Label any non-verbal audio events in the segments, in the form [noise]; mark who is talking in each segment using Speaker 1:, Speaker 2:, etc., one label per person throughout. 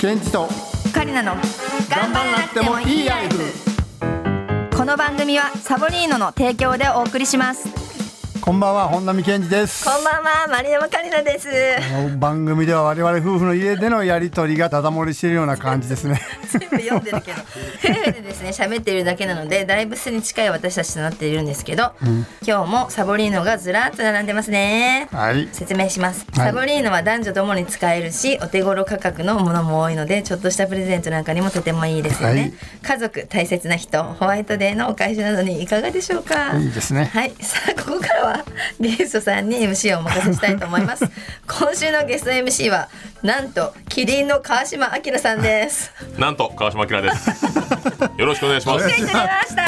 Speaker 1: ケンチと
Speaker 2: カリナの
Speaker 1: 頑
Speaker 2: 頑
Speaker 1: 張ら
Speaker 2: 張ら
Speaker 1: なく
Speaker 2: なく
Speaker 1: て
Speaker 2: て
Speaker 1: も
Speaker 2: も
Speaker 1: い
Speaker 2: い
Speaker 1: い
Speaker 2: い
Speaker 1: ラ
Speaker 2: ラ
Speaker 1: イ
Speaker 2: イ
Speaker 1: フ
Speaker 2: フこの番組はサボリーノの提供でお送りします
Speaker 1: こんばんは本並健二です
Speaker 2: こんばんは丸山カリナです
Speaker 1: この番組では我々夫婦の家でのやりとりがダダ漏れしているような感じですね
Speaker 2: 全部読んでるけど夫婦でですね喋っているだけなのでだいぶ素に近い私たちとなっているんですけど、今日もサボリーノがずらっと並んでますね
Speaker 1: はい
Speaker 2: 説明します、
Speaker 1: はい
Speaker 2: サボリーノは男女ともに使えるしお手頃価格のものも多いのでちょっとしたプレゼントなんかにもとてもいいですよね、
Speaker 1: はい
Speaker 2: 家族大切な人ホワイトデーのお返しなどにいかがでしょうか
Speaker 1: いいですね
Speaker 2: はいさあここからはゲストさんに MC をお任せしたいと思います今週のゲスト MC はなんとキリンの川島明さんです
Speaker 3: なんと川島
Speaker 2: [laughs]
Speaker 3: 明です。よろしくお願いし [laughs] ます。
Speaker 2: 来てくれました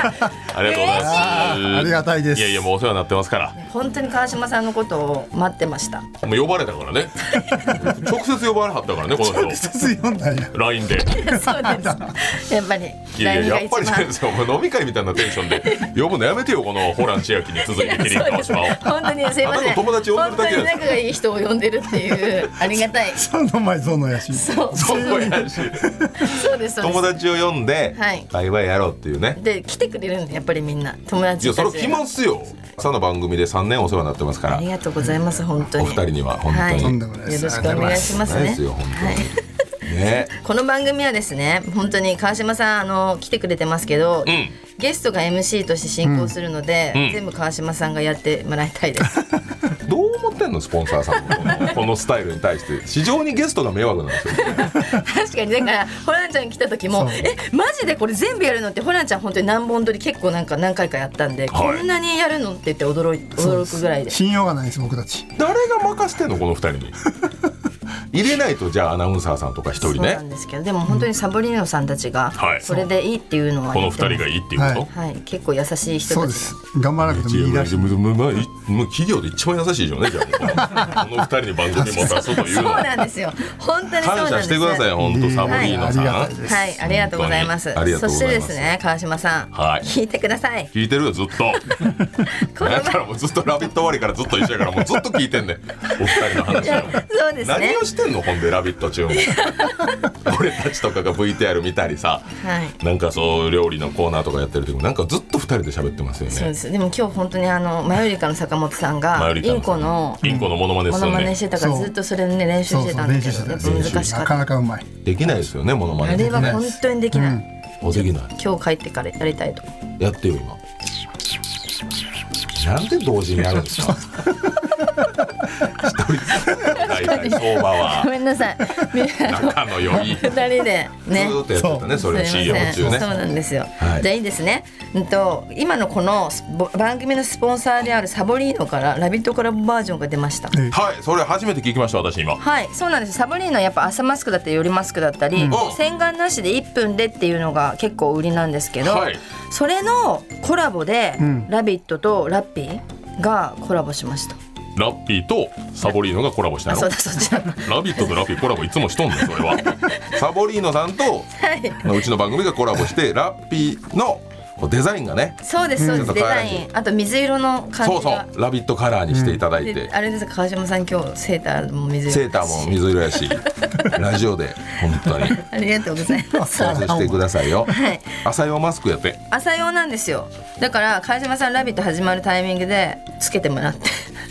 Speaker 3: ありがとうございます。
Speaker 1: あありがたいです
Speaker 3: いやいやもうお世話になってますから。
Speaker 2: 本当に川島さんのことを待ってま
Speaker 3: [laughs]
Speaker 2: した
Speaker 3: もう呼ばれたからね。直接呼ばれはったからねこの人。
Speaker 1: 節読んだんや
Speaker 3: LINE で。
Speaker 2: そうです [laughs] やっぱり
Speaker 3: いやい
Speaker 2: LINE
Speaker 3: や
Speaker 2: が
Speaker 3: やっ
Speaker 2: 一
Speaker 3: ぱ
Speaker 2: 番
Speaker 3: りそうですよ。お前飲み会みたいなテンションで呼ぶのやめてよこのホラン千秋に続
Speaker 2: [laughs]
Speaker 3: いてキリン川島を。
Speaker 2: 本当にすいません
Speaker 3: あなたの友達呼
Speaker 2: 本
Speaker 3: んでるだけ
Speaker 2: 当に仲がいい人を呼んでるっていうありがた
Speaker 3: [laughs]
Speaker 2: い
Speaker 1: その前そのやし
Speaker 2: そう
Speaker 3: そ
Speaker 2: そううで
Speaker 3: やし
Speaker 2: すそうです
Speaker 3: 友達を呼んで
Speaker 2: はい
Speaker 3: ワイワイやろうっていうね。
Speaker 2: で来てくれるんでやっぱりみんな友
Speaker 3: い
Speaker 2: 達
Speaker 3: や
Speaker 2: たち
Speaker 3: それ来ますよ。朝の番組で3年お世話になってますか
Speaker 2: あ
Speaker 3: ら
Speaker 2: り。がとうございます本当に
Speaker 3: お二人には本当に
Speaker 2: い
Speaker 3: と
Speaker 1: んでもないです
Speaker 2: よろしくお願いします
Speaker 3: ないで
Speaker 2: ね
Speaker 3: すよ本
Speaker 2: はい
Speaker 3: 当に。ね。
Speaker 2: この番組はですね本当に川島さんあの来てくれてますけど、
Speaker 3: ん
Speaker 2: ゲストが MC として進行するので、
Speaker 3: うん
Speaker 2: 全部川島さんがやってもらいたいです
Speaker 3: [laughs] どう思ってんのスポンサーさんもこのこのスタイルに対して非常にゲストが迷惑なんですよ
Speaker 2: 確かにだからホランちゃん来た時も
Speaker 1: そう
Speaker 2: えマジでこれ全部やるのってホランちゃん本当に何本撮り結構なんか何回かやったんで、
Speaker 3: はい
Speaker 2: こんなにやるのって言って驚い驚くぐらいで
Speaker 1: 信用がないです僕たち
Speaker 3: 誰が任してんのこの二人
Speaker 2: [laughs]
Speaker 3: に入れないとじゃあアナウンサーさんとか一
Speaker 2: そう
Speaker 3: 人
Speaker 2: なん
Speaker 3: ね
Speaker 2: ですけどでも本当にサボリーノさんたちが
Speaker 3: はい
Speaker 2: それでいいっていうのは
Speaker 3: この
Speaker 2: 言
Speaker 3: 二
Speaker 2: ってま
Speaker 3: 人
Speaker 2: す
Speaker 3: がいいっていうこと、
Speaker 1: は
Speaker 2: はい結構優しい人
Speaker 1: そう
Speaker 2: た
Speaker 1: で
Speaker 2: ち
Speaker 1: す頑張らなくてもいいらしい
Speaker 3: もうもうもう企業で一番優しいじゃんねじゃあもうこの二人に番組持たすという
Speaker 2: そう
Speaker 3: のは
Speaker 2: なんですよ本当にそうな
Speaker 3: 感
Speaker 2: んで
Speaker 3: 謝
Speaker 2: す
Speaker 3: してください本当サボリーノさん、
Speaker 1: はいありがたいです
Speaker 2: はい、ありがとうございます。
Speaker 3: 本当にありがとう
Speaker 2: そし
Speaker 3: ござ
Speaker 2: て
Speaker 3: い
Speaker 2: で
Speaker 3: ます
Speaker 2: すね、川島さん、
Speaker 3: はい
Speaker 2: 聞いてください。
Speaker 3: 聞いてるよずっ
Speaker 2: [laughs]
Speaker 3: と
Speaker 2: この前
Speaker 3: なんやったらもうずっと「ラビット!」終わりからずっと一緒やからもうずっと聞いてんねんお二人の話を。
Speaker 2: そうですね
Speaker 3: 何を。してんのほんで「ラビット!」中も
Speaker 2: [laughs]
Speaker 3: 俺たちとかが VTR 見たりさ
Speaker 2: はい。
Speaker 3: なんかそう料理のコーナーとかやってる時もなんかずっと二人で喋ってますよ
Speaker 2: そうで
Speaker 3: ね
Speaker 2: す。でも今日本当にあのマヨリカの坂本さん
Speaker 3: マ
Speaker 2: が
Speaker 3: ヨリカ
Speaker 2: イ
Speaker 3: さん
Speaker 2: ンコの
Speaker 3: インコのモノマネで
Speaker 2: モ
Speaker 3: すよ
Speaker 2: ノマネ
Speaker 3: ね
Speaker 2: してたから
Speaker 1: そう
Speaker 2: ずっとそれのね練習
Speaker 1: そ
Speaker 2: し
Speaker 1: う
Speaker 2: て
Speaker 1: そ
Speaker 2: た
Speaker 1: うん
Speaker 2: だ
Speaker 1: 練
Speaker 2: け
Speaker 1: 習して
Speaker 2: ど、
Speaker 1: た
Speaker 2: やっぱ
Speaker 1: 練習
Speaker 2: 難
Speaker 1: し
Speaker 2: してか
Speaker 1: なか
Speaker 2: った。
Speaker 1: なかうまい
Speaker 3: できないですよねモノマ
Speaker 2: あ
Speaker 3: ネ
Speaker 2: れは
Speaker 3: ね
Speaker 2: 本当にできない。
Speaker 3: おできない
Speaker 2: 今日帰ってからやりたいと。
Speaker 3: やってよ今なんで同時にやるんです
Speaker 2: [laughs]
Speaker 3: か一人大体相場
Speaker 2: ご
Speaker 3: は
Speaker 2: めんなさい。みんなあの
Speaker 3: 仲の良い
Speaker 2: 二人で [laughs] ね。
Speaker 3: ずっとやってた [laughs] ねそれを
Speaker 2: すいま
Speaker 3: CM
Speaker 2: せん
Speaker 3: 中ね
Speaker 2: そうなんですよ、
Speaker 3: はい
Speaker 2: じゃあいいですね、うん、と今のこのスポ番組のスポンサーであるサボリーノから「ラビット!」コラボバージョンが出ました
Speaker 1: え
Speaker 3: はいそれ初めて聞きました私今
Speaker 2: はいそうなんですサボリーノはやっぱ朝マスクだったり夜マスクだったり、
Speaker 3: ん
Speaker 2: 洗顔なしで1分でっていうのが結構売りなんですけど、
Speaker 3: はい
Speaker 2: それのコラボで「
Speaker 1: うん
Speaker 2: ラビット!」と「ラッピー」がコラボしました
Speaker 3: ラッピーとサボリーノがコラボした
Speaker 2: あ
Speaker 3: の
Speaker 2: そうだそっちだったは
Speaker 3: ラビットとラピコラボいつもしとんねんそれ
Speaker 2: [laughs]
Speaker 3: はサボリーノさんと
Speaker 1: [laughs]
Speaker 2: い
Speaker 3: まあうちの番組がコラボしてラッピーのこうデザインがね
Speaker 2: そうですそう
Speaker 3: ち
Speaker 2: で
Speaker 3: ょ
Speaker 2: す、
Speaker 3: っと
Speaker 2: デ
Speaker 3: 可
Speaker 2: ザ
Speaker 3: 愛らしい
Speaker 2: インあと水色の感じ
Speaker 3: そ
Speaker 2: が
Speaker 3: うそうラビットカラーにしていただいて
Speaker 2: で、あれです川島さん今日セーターも水色
Speaker 3: セーターも水色や
Speaker 2: [laughs]
Speaker 3: しラジオで本当に
Speaker 2: ありがとうございます。
Speaker 3: 想像してくださいよ
Speaker 2: はい、
Speaker 3: 朝用マスクやって
Speaker 2: 朝用なんですよ。だから川島さんラビット始まるタイミングでつけてもらって。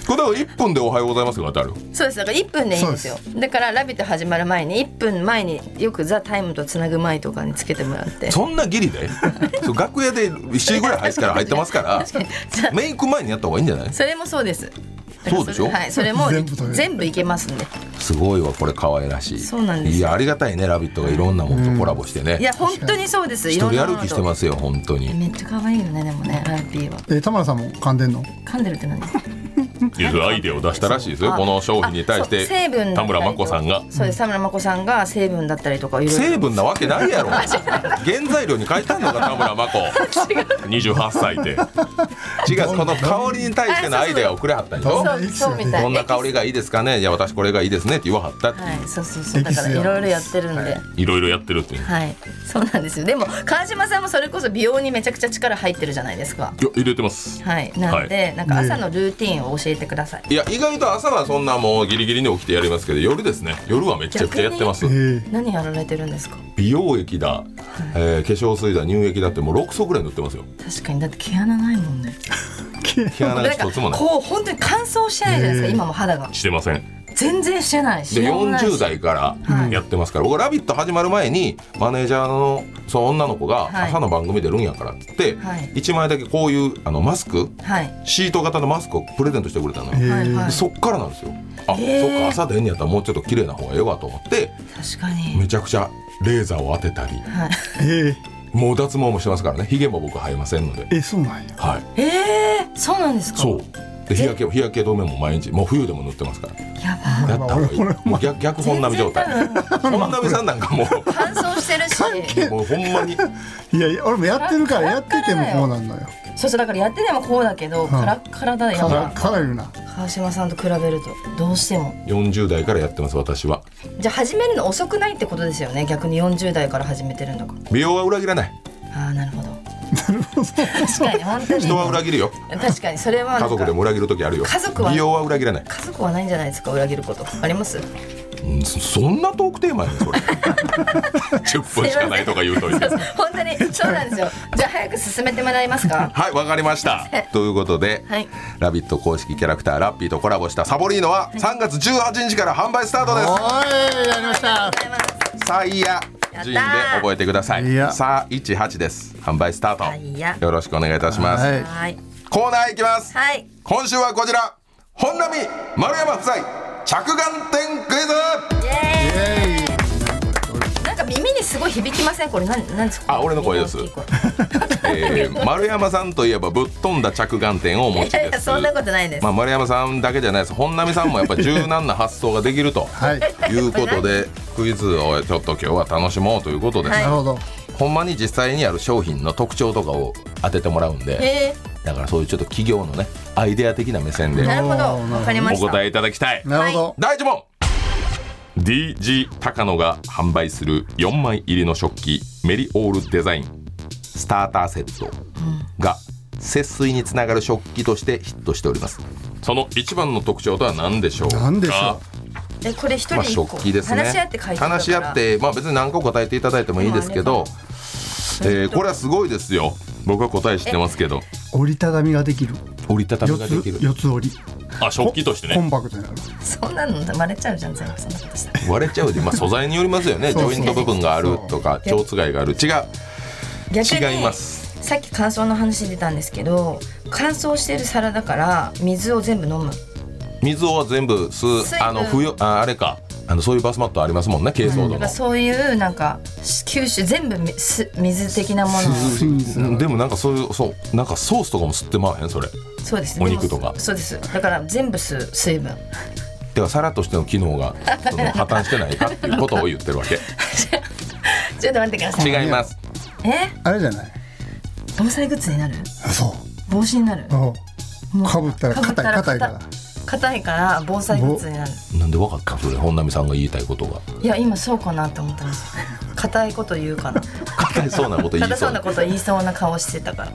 Speaker 3: これだから1分でおはようございますが当たる
Speaker 2: そうです。だから一分でいいんですよ。だからラビット始まる前に一分前によくザタイムとつなぐ前とかにつけてもらって。
Speaker 3: そんなギリで [laughs] そう楽屋で7時ぐらい入ってから入ってますから
Speaker 2: 確かに [laughs] じゃあ
Speaker 3: メイク前にやった方がいいんじゃない
Speaker 2: それもそうです。
Speaker 3: そうでしょ
Speaker 2: だからそれは
Speaker 1: 全部
Speaker 2: い、それも
Speaker 1: 取れる
Speaker 2: 全部いけますんで。
Speaker 3: すごいわこれ可愛らしい
Speaker 2: そうなんですよ
Speaker 3: いやありがたいね「ラビット!」がいろんなものとコラボしてね
Speaker 2: いや本当にそうです。
Speaker 3: 一
Speaker 2: いろん
Speaker 3: 人
Speaker 2: なもの
Speaker 3: 歩きしてますよ本当に
Speaker 2: めっちゃ可愛いよねでもねラビーは
Speaker 1: え田村さんも噛んでんの
Speaker 2: 噛んでるって何？
Speaker 3: いやアイデアを出したらしいですよ
Speaker 2: あ
Speaker 3: この商品に対し
Speaker 2: あ
Speaker 3: て
Speaker 2: そう成分だったりと
Speaker 3: 田村真子さんが
Speaker 2: そうです田村真子さんが成分だったりとかいろいろ
Speaker 3: 成分なわけな
Speaker 2: [laughs]
Speaker 3: いやろ原材料に書いてあんのか田村真子28歳で違うこの香りに対してのアイデアをくれはったんでしょ
Speaker 1: ど
Speaker 2: そうそうみたい
Speaker 3: どんな香りがいいですかねいや私これがいいですねって言わはったって
Speaker 2: はいそうそうそう
Speaker 1: エキ
Speaker 2: だ
Speaker 1: ス
Speaker 2: からいろいろやってるんで
Speaker 3: いろいろやってるっていう
Speaker 2: はいそうなんですよでも川島さんもそれこそ美容にめちゃくちゃ力入ってるじゃないですか
Speaker 3: いや入れてます
Speaker 2: はいなんでなんか朝のルーティンを教ええてください
Speaker 3: いや意外と朝はそんなもうギリギリに起きてやりますけど夜ですね夜はめちゃくちゃやってます
Speaker 1: え
Speaker 2: 何やられてるんですか
Speaker 3: 美容液だ、えー化粧水だ乳液だってもう6層ぐらい塗ってますよ
Speaker 2: 確かにだって毛穴ないもんね
Speaker 3: 毛穴
Speaker 2: だ
Speaker 3: が
Speaker 2: か
Speaker 3: 一
Speaker 2: ら
Speaker 3: つもない
Speaker 2: こう本当に乾燥してないじゃないですか今も肌が
Speaker 3: してません
Speaker 2: 全然してないし
Speaker 3: で
Speaker 2: 指紋ないし
Speaker 3: 40代からやってますから、僕「ラビット!」始まる前にマネージャーのその女の子が
Speaker 2: はい
Speaker 3: 朝の番組出るんやからって言って、
Speaker 2: はい
Speaker 3: 1枚だけこういうあのマスク
Speaker 2: はい
Speaker 3: シート型のマスクをプレゼントしてくれたのよ、
Speaker 1: え
Speaker 2: はいはい
Speaker 3: でそっからなんですよあ、
Speaker 2: へー
Speaker 3: そっか朝出んやったらもうちょっと綺麗な方がよかと思って
Speaker 2: 確かに
Speaker 3: めちゃくちゃレーザーを当てたり
Speaker 2: はい
Speaker 1: え
Speaker 3: もう脱毛もしてますからねヒゲも僕生えませんので
Speaker 1: えそうなんや
Speaker 3: はい
Speaker 2: えー、そうなんですか
Speaker 3: そうで日焼け日焼け止めも毎日もう冬でも塗ってますから
Speaker 2: やば
Speaker 3: やった方がいい
Speaker 1: 俺
Speaker 3: もう逆逆本並状態
Speaker 2: 全然多
Speaker 3: 本並さんなんか
Speaker 2: [laughs]
Speaker 3: もう
Speaker 2: 乾燥してるし
Speaker 3: もうほんまに
Speaker 1: いやいや俺もやってるからやっててもこうなんのよ
Speaker 2: そうそうだからやっててもこうだけど、カラッカラだよ
Speaker 1: か
Speaker 2: や
Speaker 1: ら
Speaker 2: っぱ
Speaker 1: から言うな
Speaker 2: 川島さんと比べるとどうしても
Speaker 3: 40代からやってます私は
Speaker 2: じゃあ始めるの遅くないってことですよね逆に40代から始めてるんだから
Speaker 3: 美容は裏切らない
Speaker 2: ああなるほど確かに本当に
Speaker 3: 人は裏切るよ
Speaker 2: 確かにそれはなん
Speaker 3: 家
Speaker 2: か
Speaker 3: 族でも裏切る時あるよ
Speaker 2: 家族は
Speaker 3: 美容は裏切らない、
Speaker 2: 家族はないんじゃないですか裏切ることあります
Speaker 3: うん、そそんなトークテーマやねんそれ10分しかないとか言うといて
Speaker 2: [laughs] 本当にそうなんですよじゃあ早く進めてもらえますか
Speaker 3: はいわかりましたということで、
Speaker 2: はい
Speaker 3: ラビット!」公式キャラクターラッピーとコラボしたサボリーノは3月18日から販売スタート
Speaker 1: お
Speaker 3: です
Speaker 1: いやりまし
Speaker 2: あ
Speaker 1: た
Speaker 2: りがとうございます
Speaker 3: サイヤ
Speaker 2: やったー
Speaker 3: 順で覚えてくださ
Speaker 1: サイ
Speaker 3: い
Speaker 1: ヤ
Speaker 3: さあ18です販売スタ
Speaker 2: サイヤ
Speaker 3: ートよろしくお願いいたします、
Speaker 1: はい
Speaker 2: はい
Speaker 3: コーナーいきます、
Speaker 2: はい
Speaker 3: 今週はこちら本並丸山夫妻着眼点クイズ
Speaker 2: イエーイ
Speaker 1: え
Speaker 2: なんか耳にすごい響きませんこれなんなんですか
Speaker 3: あ俺の声です
Speaker 2: 大きい声 [laughs]
Speaker 3: [laughs] えー丸山さんといえばぶっ飛んだ着眼点をお持ち
Speaker 2: いやい
Speaker 3: で
Speaker 2: や
Speaker 3: す
Speaker 2: そんなことないです、
Speaker 3: まあ、丸山さんだけじゃないです本並さんもやっぱ柔軟な発想がで
Speaker 2: [laughs]
Speaker 3: きると
Speaker 1: はいな
Speaker 3: いうことでクイズをちょっと今日は楽しもうということです、
Speaker 2: はい
Speaker 1: るほど
Speaker 3: ほんまに実際にある商品の特徴とかを当ててもらうんで
Speaker 2: へ
Speaker 3: だからそういうちょっと企業のねアイデア的な目線で
Speaker 2: えなるほど
Speaker 1: おーなるほど
Speaker 2: わかりま
Speaker 3: お
Speaker 2: した
Speaker 3: 答えいただきたい
Speaker 1: なるほど
Speaker 3: 第1問 DG 高野が販売する4枚入りの食器メリオールデザインスターターセットが節水につながる食器としてヒットしておりますその一番の特徴とは何でしょうか
Speaker 1: なんでしょ
Speaker 2: えこれ一人
Speaker 3: まあ、
Speaker 2: 一個、
Speaker 3: 食器ですね
Speaker 2: 話し合って書いてたから
Speaker 3: 話し合って、まあ、別に何個答えていただいてもいいですけど、えーこれはすごいですよ僕は答え知ってますけど
Speaker 1: う折りたたみができる
Speaker 3: 折りたたみ
Speaker 1: 四
Speaker 3: が
Speaker 1: つ
Speaker 3: できる
Speaker 1: 四つ折り
Speaker 3: あ食器として
Speaker 1: コ
Speaker 3: ね
Speaker 1: ンパクトになる
Speaker 2: そんなの生まれちゃうじゃん全部そんなことしたら
Speaker 3: 割れちゃうで、まあ、素材によりますよねジ
Speaker 1: そう
Speaker 3: ョイント部分があるとか
Speaker 2: そう
Speaker 3: 蝶つがいがある違う
Speaker 2: 逆に
Speaker 3: 違います
Speaker 2: さっき乾燥の話出たんですけど乾燥してる皿だから水を全部飲む
Speaker 3: 水を全部吸う
Speaker 2: 水分
Speaker 3: あの冬ああれかあのそういうバスマットありますもんね珪
Speaker 2: だ
Speaker 3: 藻土
Speaker 2: から
Speaker 3: の、
Speaker 2: そういうなんか吸収全部みす水的なものを
Speaker 1: スイーツ
Speaker 3: う
Speaker 1: なんの
Speaker 3: でもなんかそういうそうなんかソースとかも吸ってまわへんそれ
Speaker 2: そうです
Speaker 3: お肉とか
Speaker 2: でもそうですだから全部吸う水分
Speaker 3: では皿としての機能 [laughs] がその破綻してないかっていうことを言ってるわけ
Speaker 2: ちょっと待ってください
Speaker 3: 違います
Speaker 2: え
Speaker 1: あれじゃない
Speaker 2: 防災グッズになる
Speaker 1: そう
Speaker 2: 帽子になる
Speaker 1: うんかぶったら
Speaker 2: かぶ
Speaker 1: 硬
Speaker 2: った
Speaker 1: い硬い
Speaker 2: ら
Speaker 1: から
Speaker 2: 硬いから防災グッズになる
Speaker 3: なんでわかったそれ本並さんが言いたいことが
Speaker 2: いや今そうかなと思ったんですよ硬いこと言うかな
Speaker 3: 硬いそうなこと言い
Speaker 2: 硬
Speaker 3: そ
Speaker 2: そうう
Speaker 3: な
Speaker 2: なこと言いそうな顔してたから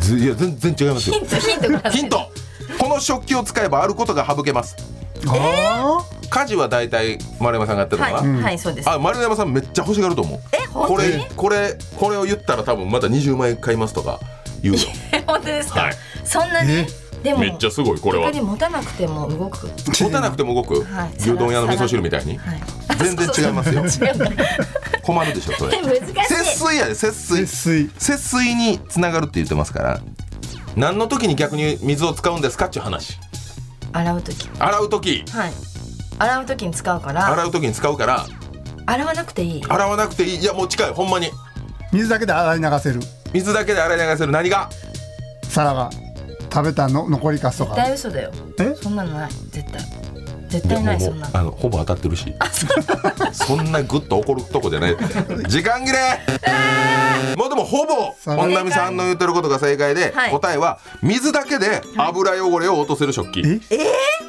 Speaker 3: ずいや全然違いますよ
Speaker 2: ヒントヒントください
Speaker 3: ヒントこの食器を使えばあることが省けます
Speaker 1: あ
Speaker 3: 家事は大体丸山さんがやってるのかな、
Speaker 2: はい、はいそうです
Speaker 3: あ丸山さんめっちゃ欲しがると思う
Speaker 2: え本当
Speaker 3: こ
Speaker 2: に
Speaker 3: れこれこれを言ったら多分また20万円買いますとか言うよ
Speaker 2: え [laughs] 本当ですか、
Speaker 3: はい
Speaker 2: そんなに
Speaker 1: え
Speaker 2: でも
Speaker 3: すごいこ
Speaker 2: 逆に持たなくても動く
Speaker 3: 持たなくても動く、
Speaker 2: はい
Speaker 3: 牛丼屋の味噌汁みたいに、
Speaker 2: はい
Speaker 3: 全然違いま
Speaker 2: [laughs]
Speaker 3: すよ
Speaker 2: 違うか
Speaker 3: 困るでしょそれ
Speaker 2: 難し
Speaker 3: 節
Speaker 2: い
Speaker 3: 水やで節
Speaker 1: あ
Speaker 3: 水
Speaker 1: 水
Speaker 3: 節水につながるって言ってますから何の時に逆に水を使うんですかっていう話
Speaker 2: 洗う時
Speaker 3: 洗う時
Speaker 2: はい洗う時に使うから
Speaker 3: 洗
Speaker 2: 洗
Speaker 3: う時に使うから
Speaker 2: わなくていい
Speaker 3: 洗わなくていいいやもう近いほんまに
Speaker 1: 水だけで洗い流せる
Speaker 3: 水だけで洗い流せる何が
Speaker 1: 皿が食べたの残りかすと
Speaker 2: 絶
Speaker 1: か
Speaker 2: 対嘘だよ
Speaker 1: え
Speaker 2: そんなのない絶対絶対ない
Speaker 3: も
Speaker 2: そう
Speaker 3: も
Speaker 2: ん
Speaker 3: う
Speaker 2: なの
Speaker 3: あのほぼ当たってるしそんなグッと怒るとこ
Speaker 2: [laughs]
Speaker 3: じゃない時間切れもうでもほぼ
Speaker 1: そう
Speaker 3: 本並さんの言ってることが正解で、
Speaker 2: はい
Speaker 3: 答えは水だけで油汚れを落とせる食器
Speaker 1: え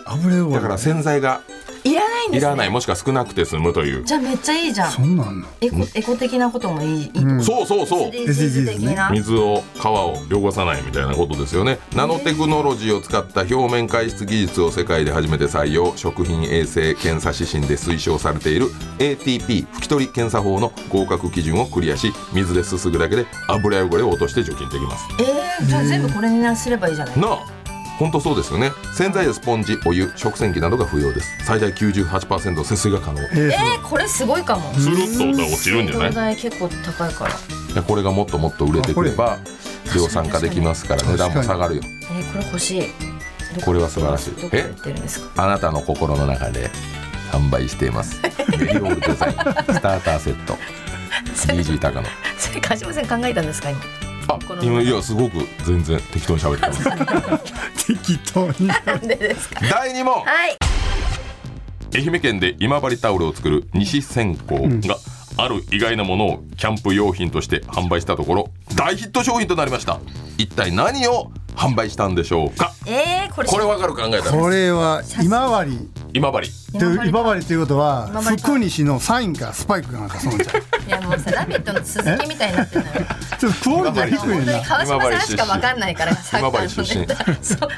Speaker 1: 油汚
Speaker 3: だから洗剤が
Speaker 2: いらないんんですね
Speaker 3: いらないもしくは少なくて済むという
Speaker 2: じゃあめっちゃいいじゃん
Speaker 1: そんなんの
Speaker 2: エコエコ的なこともいいいいってこと
Speaker 3: そうそうそう
Speaker 1: ですね
Speaker 2: SDGs 的な
Speaker 3: 水を川を汚さないみたいなことですよねナノテクノロジーを使った表面解質技術を世界で初めて採用食品衛生検査指針で推奨されている ATP 拭き取り検査法の合格基準をクリアし水ですすぐだけで油汚れを落として除菌できます
Speaker 2: えー、じゃあ全部これにすればいいじゃない
Speaker 3: なあ本当そうですよね洗剤やスポンジお湯食洗機などが不要です最大98%節水が可能
Speaker 1: えー
Speaker 2: えー、これすごいかも
Speaker 3: スルッと落ちるんじゃない
Speaker 2: 水道代結構高いから
Speaker 3: いやこれがもっともっと売れてくれば量産化できますから値
Speaker 1: 確か
Speaker 3: 段
Speaker 1: に
Speaker 3: も下がるよ
Speaker 2: えー、これ欲しい
Speaker 3: これは素晴らしい
Speaker 2: どこで売ってるんですか
Speaker 3: あなたの心の中で販売していますメリオールデザインスターターセット DG 高野
Speaker 2: [laughs] それ川島さん考えたんですか今
Speaker 3: あ
Speaker 2: 心の中
Speaker 3: 今いやすごく全然適当に喋ってます
Speaker 1: 適当に
Speaker 2: なんでですか
Speaker 3: 第2問
Speaker 2: はい
Speaker 3: 愛媛県で今治タオルを作る西線香がある意外なものをキャンプ用品として販売したところ大ヒット商品となりました一体何を販売したんでしょうか
Speaker 2: えー、これ
Speaker 3: これわかる考えたん
Speaker 1: こ
Speaker 3: です
Speaker 1: れは今治
Speaker 3: 今治
Speaker 1: という
Speaker 2: 今
Speaker 1: 今治ということは
Speaker 2: 今治さん
Speaker 1: 福西のサインかスパイクかなんかそうなんじ
Speaker 2: [laughs]
Speaker 1: ゃない
Speaker 2: いやもうさ「ラビット!」の続きみたいになってるのよ
Speaker 1: ちょっとクオリティ低
Speaker 2: 本
Speaker 1: い
Speaker 2: 当
Speaker 1: な
Speaker 2: に川島さんしかわかんないからサッカーの
Speaker 3: 今治出身
Speaker 2: ネタそうさ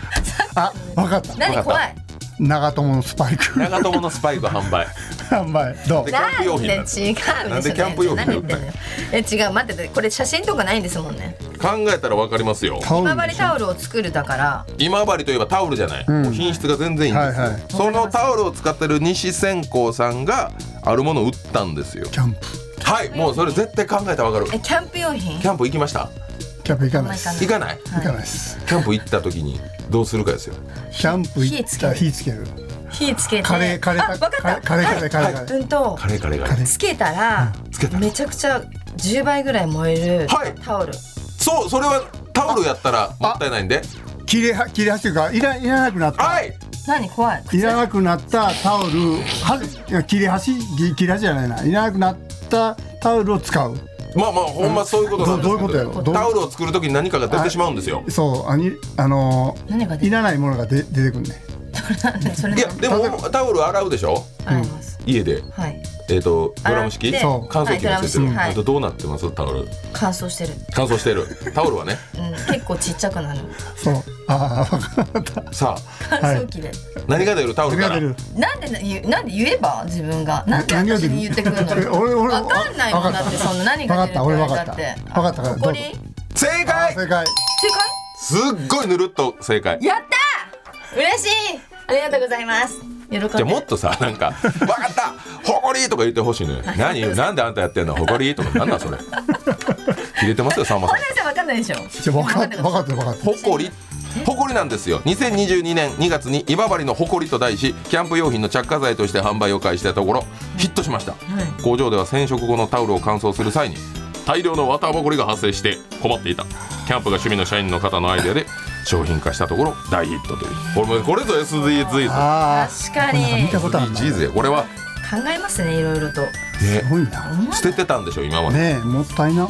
Speaker 1: あわかった
Speaker 2: 何怖い
Speaker 1: 長友のスパイク
Speaker 2: [laughs]
Speaker 3: 長友のスパイク販売
Speaker 1: 販売どう
Speaker 3: キャンプ用品
Speaker 2: なんで違う
Speaker 3: なんでキャンプ用品
Speaker 2: 何言ってんのよえ違う待っててこれ写真とかないんですもんね
Speaker 3: 考えたらわかりますよ
Speaker 1: タオル
Speaker 2: 今
Speaker 1: で
Speaker 2: 治
Speaker 1: しょ
Speaker 2: タオルを作るだから
Speaker 3: 今治といえばタオルじゃない、
Speaker 1: ん
Speaker 3: もう品質が全然いいんですよ、
Speaker 1: はいはい
Speaker 3: そのタオルを使ってる西線香さんがあるものを売ったんですよ
Speaker 1: キャンプ
Speaker 3: はいもうそれ絶対考えたらわかる
Speaker 2: えキャンプ用品
Speaker 3: キャンプ行きました
Speaker 1: キャンプ行かないです
Speaker 2: あんま
Speaker 1: 行
Speaker 3: 行かない
Speaker 1: かないです
Speaker 3: キャンプ行った時にどうするかですよ
Speaker 1: キャンプ行ったら
Speaker 2: 火
Speaker 1: 火つける
Speaker 2: 火つけて
Speaker 1: カレーカレー
Speaker 2: あわかっ
Speaker 1: カレー
Speaker 2: た
Speaker 1: カレーカレーカレーカレー
Speaker 2: うんと
Speaker 3: カレーカレーカレー
Speaker 1: カレー
Speaker 2: つけたら
Speaker 3: つけたら
Speaker 2: めちゃくちゃ10倍ぐらい燃える
Speaker 3: はい
Speaker 2: タオル
Speaker 3: そうそれはタオルやったらもったいないんで
Speaker 1: 切れは切れ端というかいらいらなくなった
Speaker 3: はい
Speaker 2: 何怖い
Speaker 1: いらなくなったタオルはいや切れ端ぎ切れ端じゃないないらなくなったタオルを使う
Speaker 3: まあまあほんまそういうことなんですけ
Speaker 1: どどういうことやろどう
Speaker 3: タオルを作る時に何かが出てしまうんですよ
Speaker 1: そうあにあのー
Speaker 2: 何が出
Speaker 1: い
Speaker 2: る
Speaker 1: らないものがで出てくるね
Speaker 2: それ
Speaker 3: いや
Speaker 2: は
Speaker 3: でもタオル洗うでしょ
Speaker 2: あります
Speaker 3: 家で
Speaker 2: はい
Speaker 3: えっ、とドラム式
Speaker 2: 洗って
Speaker 1: そう
Speaker 3: 乾燥機がついてる、
Speaker 2: はいドラム式はい
Speaker 3: あとどうなってますタオル
Speaker 2: 乾燥してる
Speaker 3: 乾燥してるタオルはね
Speaker 2: うん結構ちっちゃ
Speaker 1: [laughs]
Speaker 2: くなる
Speaker 1: そうああ分かった
Speaker 3: さ
Speaker 2: 乾燥機で
Speaker 3: あ何が出るタオル
Speaker 1: 手
Speaker 3: か
Speaker 1: が
Speaker 3: ら
Speaker 1: 出る
Speaker 2: なんでな言うなんで言えば自分がなんで
Speaker 1: 何が
Speaker 2: 私
Speaker 1: 出る
Speaker 2: に言ってくるのよ
Speaker 1: [laughs] 俺俺
Speaker 2: わかんないも
Speaker 1: わか
Speaker 2: ん
Speaker 1: った
Speaker 2: だってそんな何が
Speaker 1: わかっ
Speaker 2: 出るか
Speaker 1: た俺わか
Speaker 2: だ
Speaker 1: っ
Speaker 2: ったて
Speaker 1: わかったから
Speaker 2: ここに
Speaker 1: どうぞ正
Speaker 3: 正解
Speaker 1: 解
Speaker 2: 正解
Speaker 3: すっごいぬるっと正解じ
Speaker 2: やったー嬉しいありがとうございます喜んで
Speaker 3: ゃあもっとさなんか「分かったほこり!」とか言ってほしいのよ「何なんであんたやってんのほこり?」とかなんだそれ切れてますよさんまさん
Speaker 2: こんなんじゃわかんないでしょ
Speaker 1: じゃあ分かった分かった分かった
Speaker 3: ほこりほこりなんですよ2022年2月に今治のほこりと題しキャンプ用品の着火剤として販売を開始したところヒットしました、工場では染色後のタオルを乾燥する際に大量の綿ぼこりが発生して困っていたキャンプが趣味の社員の方のアイデアで商品化したところ大ヒットというこれもこれぞ SDGs
Speaker 1: ああ
Speaker 2: 確か
Speaker 1: これなん
Speaker 2: に
Speaker 1: 見た
Speaker 2: 考
Speaker 1: ことあるな
Speaker 3: SDGs やこれは、
Speaker 2: えますねいろいろと
Speaker 1: すごいな
Speaker 3: 捨ててたんでしょ今まで、
Speaker 1: ねえもったいな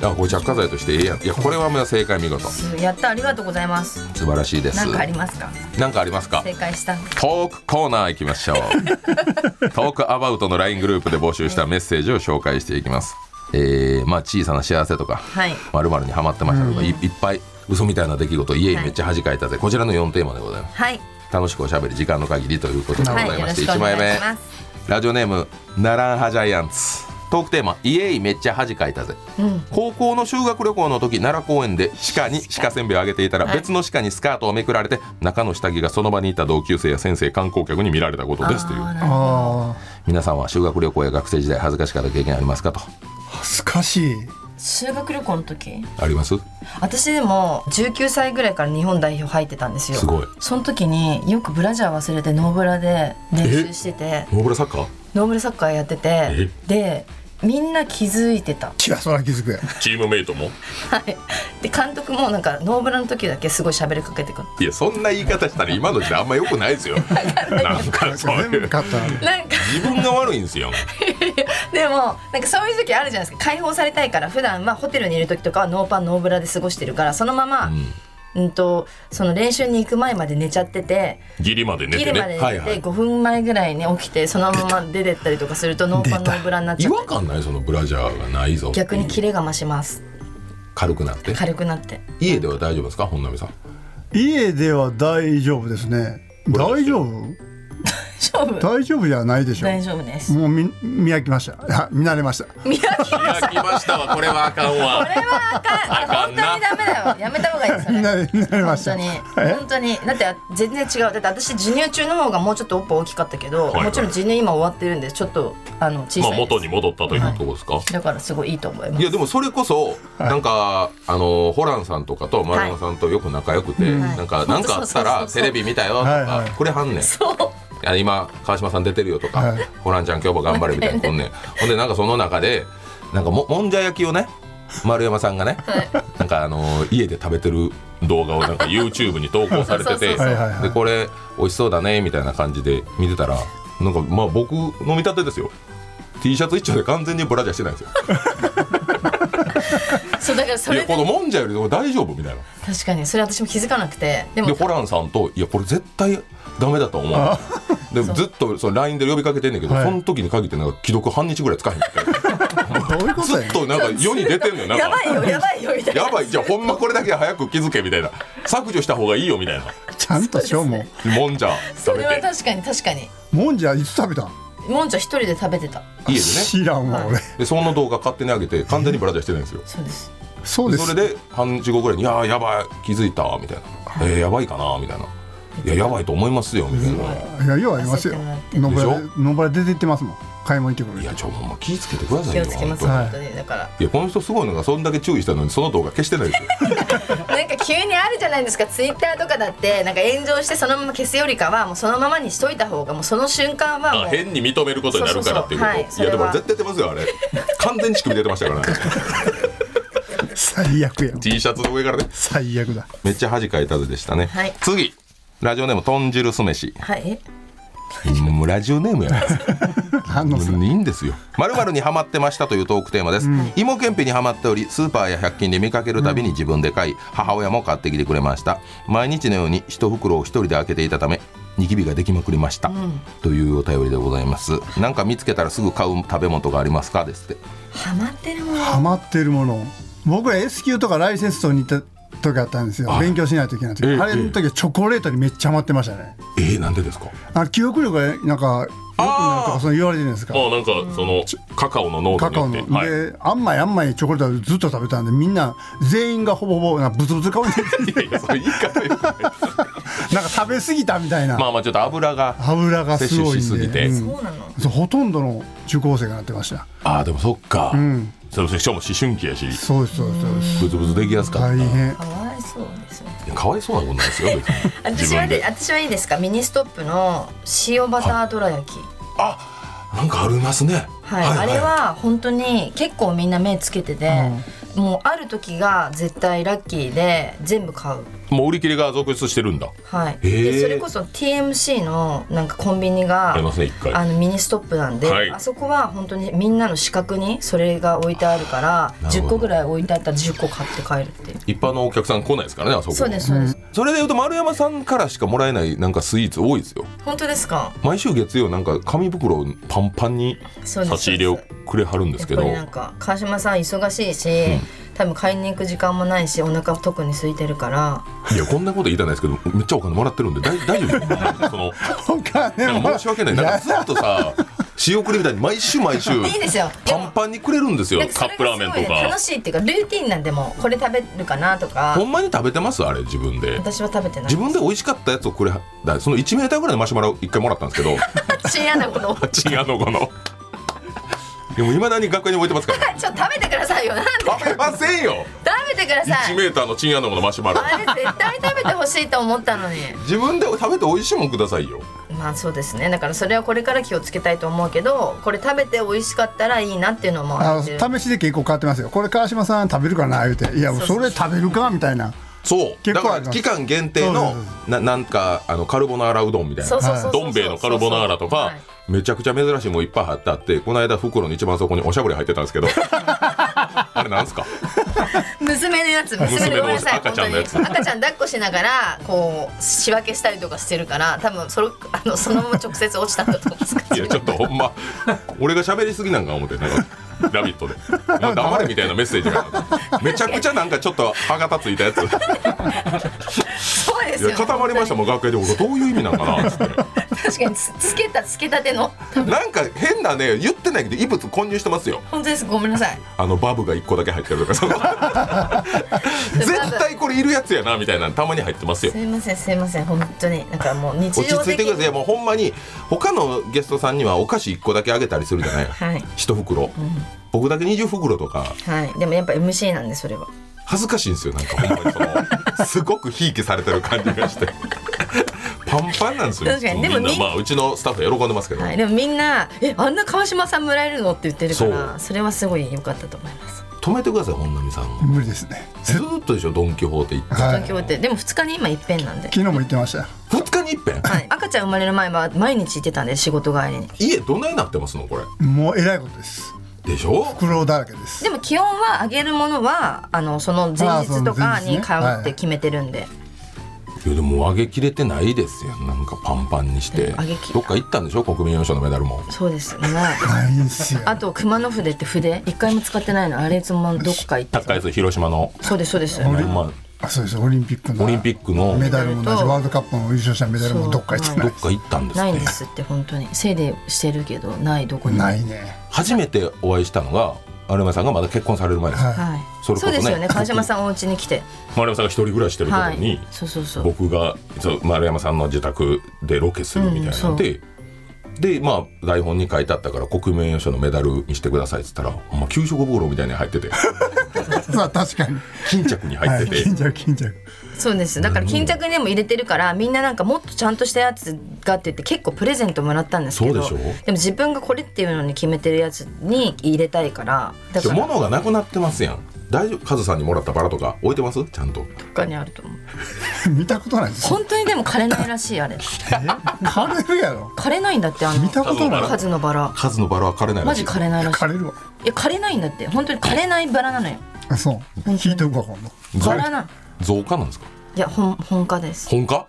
Speaker 3: あこれ着火剤としてええやんいやこれはもう正解見事素
Speaker 2: やったありがとうございます
Speaker 3: 晴らしいです
Speaker 2: なんかありますか
Speaker 3: なんかありますか
Speaker 2: 正解したの
Speaker 3: トークコーナー行きま
Speaker 2: [laughs]
Speaker 3: しょうトークアバウトの LINE グループで募集したメッセージを紹介していきますえー、まあ小さな幸せとか
Speaker 2: はい
Speaker 3: まるにハマってましたとか、いいっぱい嘘みたいな出来事家にめっちゃ恥かいたぜ、こちらの4テーマでございます
Speaker 2: はい
Speaker 3: 楽しくおしゃべり時間の限りということでご
Speaker 2: はい
Speaker 3: ざ
Speaker 2: いよ
Speaker 3: ま
Speaker 2: ろ
Speaker 3: して、
Speaker 2: しくお
Speaker 3: 1枚
Speaker 2: 願い
Speaker 3: 目
Speaker 2: します
Speaker 3: ラジオネームナランハジャイアンツトークテーマ「イエイめっちゃ恥かいたぜ」
Speaker 2: うん
Speaker 3: 高校の修学旅行の時奈良公園で鹿に鹿せんべいをあげていたら
Speaker 2: はい
Speaker 3: 別の鹿にスカートをめくられて中の下着がその場にいた同級生や先生観光客に見られたことですとい
Speaker 2: あー
Speaker 3: う
Speaker 2: なるほど
Speaker 1: あ
Speaker 3: 皆さんは修学旅行や学生時代恥ずかしかった経験ありますかと
Speaker 1: あ恥ずかしい
Speaker 2: 修学旅行の時
Speaker 3: あります
Speaker 2: 私でも19歳ぐらいから日本代表入ってたんですよ
Speaker 3: すごい
Speaker 2: その時によくブラジャー忘れてノーブラで練習してて
Speaker 3: 大倉サッカー
Speaker 2: ノーブラサッカーやっててでみんな気づいてた
Speaker 1: 気はそら気づくや
Speaker 3: チームメイトも
Speaker 2: はいで監督もなんかノーブラの時だけすごい喋りかけてくる
Speaker 3: いやそんな言い方したら今の時代あんま良くな
Speaker 2: [laughs]
Speaker 3: いですよなんかそう
Speaker 1: 全
Speaker 3: い
Speaker 1: 部
Speaker 3: う
Speaker 1: 勝ったな
Speaker 2: なんか
Speaker 3: 自分が悪いんですよ
Speaker 2: でもなんかそういう時あるじゃないですか解放されたいから普段はホテルにいる時とかはノーパンノーブラで過ごしてるからそのまま、
Speaker 3: ん
Speaker 2: うんとその練習に行く前まで寝ちゃってて
Speaker 3: ギリまで寝
Speaker 2: ギ
Speaker 3: て
Speaker 2: リま
Speaker 3: ね
Speaker 2: で
Speaker 4: は
Speaker 2: 寝
Speaker 4: いは
Speaker 2: て
Speaker 4: い
Speaker 2: 5分前ぐらいに起きてそのまま出てったりとかするとノーパンノーブラになっちゃ
Speaker 4: 違
Speaker 2: っ
Speaker 4: 和
Speaker 2: て
Speaker 4: 感ないそのブラジャーがないぞっていう
Speaker 2: 逆にキレが増します
Speaker 4: 軽くなって
Speaker 2: 軽くなって
Speaker 4: 家では大丈夫ですか本並さん
Speaker 1: [laughs] 家では大丈夫ですね大丈夫
Speaker 2: 大丈夫
Speaker 1: 大丈夫じゃないでしょ
Speaker 2: 大丈夫です
Speaker 1: もう見見飽きました [laughs] いや見慣れました
Speaker 2: 見飽き
Speaker 3: 開きましたわこれはあかんわ
Speaker 2: これはあかん
Speaker 3: あかんな
Speaker 2: 本当にダメだよやめた方がいいです
Speaker 1: 見
Speaker 2: ね
Speaker 1: 慣れ見慣れま
Speaker 2: 本
Speaker 1: し
Speaker 2: 当
Speaker 1: た
Speaker 2: に
Speaker 1: え
Speaker 2: 本当にだって全然違うだって私授乳中の方がもうちょっとおっぱい大きかったけど、
Speaker 3: いはい
Speaker 2: もちろん授乳今終わってるんでちょっとあの小
Speaker 3: ま
Speaker 2: さ
Speaker 3: あ
Speaker 2: いです、
Speaker 3: 元に戻ったというところですか、
Speaker 2: だからすごいいいと思いま
Speaker 3: い
Speaker 2: す
Speaker 3: やでもそれこそなんかあのホランさんとかと丸山さんとよく仲良くて
Speaker 2: はい
Speaker 3: なんかなんかあ
Speaker 2: そう
Speaker 3: った
Speaker 2: そうそう
Speaker 3: ら
Speaker 2: そ
Speaker 3: テ
Speaker 2: う
Speaker 3: レビ見たよと
Speaker 1: はいは
Speaker 3: か
Speaker 1: い
Speaker 3: くれはんねん
Speaker 2: そう
Speaker 3: いや今川島さん出てるよとか
Speaker 1: はい
Speaker 3: ホランちゃん今日も頑張れみたいなこ
Speaker 2: [laughs]
Speaker 3: んねんほんでなんかその中でなんかももんじゃ焼きをね丸山さんがねなんかあの家で食べてる動画を
Speaker 2: [laughs]
Speaker 3: なんか YouTube に投稿さ
Speaker 2: そう
Speaker 3: れて
Speaker 2: そう
Speaker 3: て
Speaker 2: そう
Speaker 1: はいはいはい
Speaker 3: でこれ美味しそうだねみたいな感じで見てたらなんかまあ僕飲みたてですよ T シャツ一丁で完全にブラジャーしてないんですよ
Speaker 2: [laughs] そうだからそ
Speaker 3: い
Speaker 2: れ
Speaker 3: やこ
Speaker 2: で
Speaker 3: のもんじゃよりも大丈夫みたいな
Speaker 2: 確かにそれ私も気づかなくてでも
Speaker 3: でホランさんと「いやこれ絶対ダメだと思う」でずっとその LINE で呼びかけてんねんけど、
Speaker 1: はい
Speaker 3: その時に限ってなんか既読半日ぐらい使えへんって
Speaker 1: どういうこと
Speaker 3: ず
Speaker 1: や
Speaker 3: っとなんか世に出てんのよなんか
Speaker 2: やばいよやばいよみたいな
Speaker 3: やばいじゃあほんまこれだけは早く気づけみたいな削除した方がいいよみたいな
Speaker 1: ちゃんとしようも
Speaker 3: もんじゃ
Speaker 2: そ
Speaker 3: 食べ
Speaker 2: れは
Speaker 3: て
Speaker 2: 確かに確かに
Speaker 1: うもんじゃいつ食べたん
Speaker 2: もんちゃん一人で食べてた
Speaker 3: 家でね
Speaker 1: 知らんわ俺
Speaker 3: でその動画勝手に上げて完全にブラジャーしてないんですよ
Speaker 2: そうです
Speaker 1: そうです
Speaker 3: それで半日後ぐらいに「いやーやばい気づいた」みたいな「えー、やばいかな」みたいな「いややばいと思いますよ」みたいな。
Speaker 1: いやようありますよ
Speaker 2: 焦ってもら
Speaker 1: 野村
Speaker 2: って
Speaker 3: でし
Speaker 1: 野村出てってますもん買い物行ってく
Speaker 3: い
Speaker 1: る
Speaker 3: やちょほんま気ぃつけてください
Speaker 2: 気
Speaker 3: よ
Speaker 2: をつけます
Speaker 3: 本当
Speaker 1: はい
Speaker 2: 本当にだから
Speaker 3: いやこの人すごいのがそんだけ注意したのにその動画消してないですよ
Speaker 2: なんか急にあるじゃないですかツイッターとかだってなんか炎上してそのまま消すよりかはもうそのままにしといた方がもうその瞬間はも
Speaker 3: [laughs] あ
Speaker 2: う
Speaker 3: 変に認めることになるからっていうこと
Speaker 2: そうそうそうはいそ
Speaker 3: い
Speaker 2: れ
Speaker 3: や
Speaker 2: は
Speaker 3: でも絶対出ますよあれ完全に乳首出てましたからね
Speaker 2: [laughs]
Speaker 1: 最悪やん
Speaker 3: T シャツの上からね
Speaker 1: 最悪だ
Speaker 3: めっちゃ恥かいたぜでしたね、
Speaker 2: はい
Speaker 3: 次ラジオネーム豚汁酢飯
Speaker 2: はい
Speaker 3: もうラジオネームや
Speaker 1: [laughs] 反応する
Speaker 3: いいんですよ。まるまるにハマってましたというトークテーマです。芋けんぴにハマっており、スーパーや百均で見かけるたびに自分で買い、母親も買ってきてくれました。毎日のように一袋を一人で開けていたため、ニキビができまくりました、というお便りでございます。なんか見つけたらすぐ買う食べ物がありますかですって。
Speaker 2: ハマってるもの
Speaker 1: ハマってるもの僕ら S 級とかライセンス取りに行った時あったんですよ勉強しないといけない時
Speaker 3: ええ
Speaker 1: あれの時はチョコレートにめっちゃハマってましたね
Speaker 3: えー、なんでですか。
Speaker 1: あ記憶力がなんか良くなると
Speaker 3: あー
Speaker 1: かそう言われてるんですか
Speaker 3: あ、なんかそのカカオの濃
Speaker 1: カカオの、
Speaker 3: い。
Speaker 1: であんまいあんまいチョコレートずっと食べたんでみんな全員がほぼほぼなんかブツブツ顔になって
Speaker 3: いやいや、それ言い方よく
Speaker 1: [laughs]
Speaker 3: ない。
Speaker 1: なんか食べ過ぎたみたいな、
Speaker 3: まあまあ、ちょっと油が。
Speaker 1: 油がすごいんで
Speaker 3: 摂取しすぎて
Speaker 1: うん
Speaker 2: そうなの
Speaker 1: そうほとんどの中高生がなってました
Speaker 3: ああ、でも、そっか。
Speaker 1: ん
Speaker 3: そうですね、しかも思春期やし。
Speaker 1: そうですそうですそうです
Speaker 3: ブツブツできやすかった
Speaker 1: 大。変
Speaker 2: かわいそうですね
Speaker 3: いやかわいそうなことないですよ。別に
Speaker 2: [laughs] 私はで私はいいですかミニストップの塩バターどら焼き
Speaker 3: あなんかありますね。
Speaker 2: はい、あれは本当に結構みんな目つけてて、もうある時が絶対ラッキーで全部買う
Speaker 3: もう売り切れが続出してるんだ。
Speaker 2: はい、
Speaker 3: へー
Speaker 2: でそれこそ TMC のなんかコンビニが
Speaker 3: ありますね一回
Speaker 2: あのミニストップなんで、
Speaker 3: はい
Speaker 2: あそこは本当にみんなの視覚にそれが置いてあるから
Speaker 3: なるほど
Speaker 2: 10個ぐらい置いてあったら10個買って帰るっていう
Speaker 3: 一般のお客さん来ないですからねあそこ。
Speaker 2: そうです。そうです、
Speaker 3: それでいうと丸山さんからしかもらえないなんかスイーツ多いですよ。
Speaker 2: 本当ですか
Speaker 3: 毎週月曜なんか紙袋パンパンに
Speaker 2: そうです
Speaker 3: 差し入れをくれはるん
Speaker 2: や
Speaker 3: です
Speaker 2: っぱ
Speaker 3: けど。
Speaker 2: りなんか川島さん忙しいし、多分買いに行く時間もないしお腹特に空いてるから
Speaker 3: いやこんなこと言いたないですけどめっちゃお金もらってるんで大大丈
Speaker 2: [laughs]
Speaker 3: 夫ですよ。その
Speaker 1: お金
Speaker 3: なん
Speaker 1: も
Speaker 3: か申し訳ないなんかずっとさ仕送りみたいに毎週毎週
Speaker 2: いいですよでも
Speaker 3: パンパンにくれるんですよ
Speaker 2: なんか
Speaker 3: カ
Speaker 2: そ
Speaker 3: ッ
Speaker 2: れ
Speaker 3: プラ
Speaker 2: が
Speaker 3: ー
Speaker 2: す
Speaker 3: メン
Speaker 2: ご
Speaker 3: と
Speaker 2: い
Speaker 3: か
Speaker 2: 楽。しいっていうかルーティンなんでもうこれ食べるかなと
Speaker 3: ほ
Speaker 2: か
Speaker 3: んまに食べてますあれ自分で。
Speaker 2: 私は食べてない
Speaker 3: 自分で美味しかったやつをくれはだその1メーターぐらいのマシュマロ一回もらったんですけ
Speaker 2: [laughs]
Speaker 3: ど。
Speaker 2: 深夜のことを
Speaker 3: チンアノゴの。でも未だに学園に置いてま
Speaker 2: [laughs]
Speaker 3: すから。
Speaker 2: ちょっと食べてくださいよなんで
Speaker 3: 食べませんよ。
Speaker 2: 食べてくださ
Speaker 3: 1
Speaker 2: い
Speaker 3: メーターのチンアノゴのマシュマロ。
Speaker 2: あれ絶対食べてほしいと思ったのに
Speaker 3: 自分で食べて美味しいもんくださいよ。
Speaker 2: まあそうですねだからそれはこれから気をつけたいと思うけどこれ食べて美味しかったらいいなっていうのもあ
Speaker 1: あ
Speaker 2: ってる
Speaker 1: 試しで結構変わってますよこれ川島さん食べるかな言うていや
Speaker 2: そうそう
Speaker 1: それ食べるかみたいな
Speaker 3: そう。
Speaker 1: 結
Speaker 3: だ
Speaker 1: 構
Speaker 3: か
Speaker 1: あり
Speaker 3: ら
Speaker 1: ます
Speaker 3: 期間限定の
Speaker 1: そうそう
Speaker 3: ななんかあのカルボナーラうどんみたい
Speaker 2: そ
Speaker 3: な
Speaker 2: う。そうそうそう
Speaker 3: どん兵衛のカルボナーラと
Speaker 2: は
Speaker 3: か
Speaker 2: い。 [laughs]
Speaker 3: めちゃくちゃ珍しいもんいっぱい貼ってあってこの間袋の一番底におしゃぶり入ってたんですけどあれなんですか
Speaker 2: 娘のやつ娘
Speaker 3: 娘
Speaker 2: の
Speaker 3: の
Speaker 2: ごめんなさい
Speaker 3: 赤ちゃんのやつ
Speaker 2: 本当に赤ちゃん抱っこしながらこう仕分けしたりとかしてるから多分それあのそのまま直接落ちたんだと思うんです
Speaker 3: [laughs] いやちょっとほんま俺が喋りすぎなんか思ってなんか「ラビット!」で「もう黙れ」みたいなメッセージがめちゃくちゃなんかちょっと歯が立ついたやつい
Speaker 2: そうですよ
Speaker 3: や固まりましたもん学会で俺どういう意味なんかなっつって
Speaker 2: 確かにつつけたつけたての
Speaker 3: なんか変なね言ってないけど異物混入してますよ
Speaker 2: 本当ですごめんなさい
Speaker 3: あのバブが1個だけ入ってると
Speaker 2: [laughs]
Speaker 3: かその絶対これいるやつやなみたいなのたまに入ってますよ
Speaker 2: すいませんすいません本当になんかもう日
Speaker 3: 落ち
Speaker 2: 常
Speaker 3: 着い
Speaker 2: 的
Speaker 3: てくださいい
Speaker 2: に
Speaker 3: やもうほんまに他のゲストさんにはお菓子1個だけあげたりするじゃない、
Speaker 2: はい
Speaker 3: 一袋、僕だけ20袋とか
Speaker 2: はいでもやっぱ MC なんでそれは
Speaker 3: 恥ずかしいんですよなんかほんま
Speaker 2: [laughs]
Speaker 3: にそのすごくひいきされてる感じがしてパンパンなんですよ
Speaker 2: 確かにでも
Speaker 3: みんな
Speaker 2: みん
Speaker 3: まあうちのスタッフ喜んでますけど、
Speaker 2: はいでもみんなえあんな川島さんもらえるのって言ってるから
Speaker 3: そ
Speaker 2: それはすごい良かったと思います
Speaker 3: 止めてください本並さんを
Speaker 1: 無理ですね
Speaker 3: ずーっとでしょドン・キホーテ行って
Speaker 1: はい
Speaker 2: 東京ってでも2日に今いっぺんなんで
Speaker 1: 昨日も言ってましたよ
Speaker 3: 2日に一遍
Speaker 2: はい、赤ちゃん生まれる前は毎日行ってたんで仕事帰りに
Speaker 3: 家どないなってますのこれ
Speaker 1: もうえらいことです
Speaker 3: でしょ
Speaker 1: 苦労だらけです
Speaker 2: でも気温は上げるものはあのその前日と
Speaker 1: ま
Speaker 2: か
Speaker 1: あその前日ね
Speaker 2: に買うって決めてるんで、
Speaker 3: いやでも上げきれてないですよなんかパンパンにして
Speaker 2: 上げき
Speaker 3: どっか行ったんでしょ国民栄誉賞のメダルも
Speaker 2: そうですね
Speaker 1: ないんすよ
Speaker 2: あと熊野筆って筆一回も使ってないのあれいつもどっか行って
Speaker 3: 高いです広島の、
Speaker 2: そうですそうです
Speaker 3: ほ
Speaker 1: 俺
Speaker 3: んま
Speaker 1: あそうですオリンピックの
Speaker 3: オリンピックの
Speaker 1: メ
Speaker 3: ど
Speaker 1: ダルも同じワールドカップの優勝したメダルもどっか行ってな
Speaker 2: そ
Speaker 1: いう
Speaker 3: っか行ったんです
Speaker 2: な
Speaker 3: ね
Speaker 2: いんですって本当にせいでしてるけどないどこにも
Speaker 1: な
Speaker 2: はい
Speaker 1: いね [laughs]
Speaker 3: 初めてお会いしたのが丸山さんがまだ結婚される前です、
Speaker 1: はい
Speaker 3: それこそ
Speaker 2: そう
Speaker 3: ね
Speaker 2: ですよね川島さんお家に来て
Speaker 3: 丸山さんが一人暮らししてるとこ
Speaker 2: は
Speaker 3: ろに、
Speaker 2: いそうそうそう
Speaker 3: 僕がそう丸山さんの自宅でロケするみたいなんで、でまあ台本に書いてあったから国民栄誉賞のメダルにしてくださいっつったらほんま給食ボールみたいに
Speaker 2: [laughs]
Speaker 3: 入ってて
Speaker 1: さあ確かに
Speaker 3: 巾着に入
Speaker 1: は
Speaker 3: っ
Speaker 1: い
Speaker 3: てて
Speaker 1: 巾着巾着
Speaker 2: そうですだから巾着にも入れてるからみんななんかもっとちゃんとしたやつがって言って結構プレゼントもらったんですけど
Speaker 3: そうでしょ
Speaker 2: も自分がこれっていうのに決めてるやつに入れたいからだからど
Speaker 3: 物がなくなってますやん大丈夫カズさんにもらったバラとか置いてますちゃんと
Speaker 2: っかにあると思う
Speaker 1: 見たことないですよ
Speaker 2: 本当にでも枯れないらしいあれ
Speaker 1: 枯れるやろ
Speaker 2: 枯れないんだってあの
Speaker 1: 見たことない
Speaker 2: 数のバラ
Speaker 3: カズのバラは枯れない
Speaker 2: マ
Speaker 3: らし
Speaker 2: ジ
Speaker 3: い
Speaker 2: 枯れないらしい
Speaker 1: 枯れるわ
Speaker 2: いや枯れないんだって本当に枯れないバラなのよ
Speaker 1: あそう引いておくわ今度
Speaker 2: バラなの
Speaker 3: 増加なんですか
Speaker 2: いや本本家です、
Speaker 3: 本化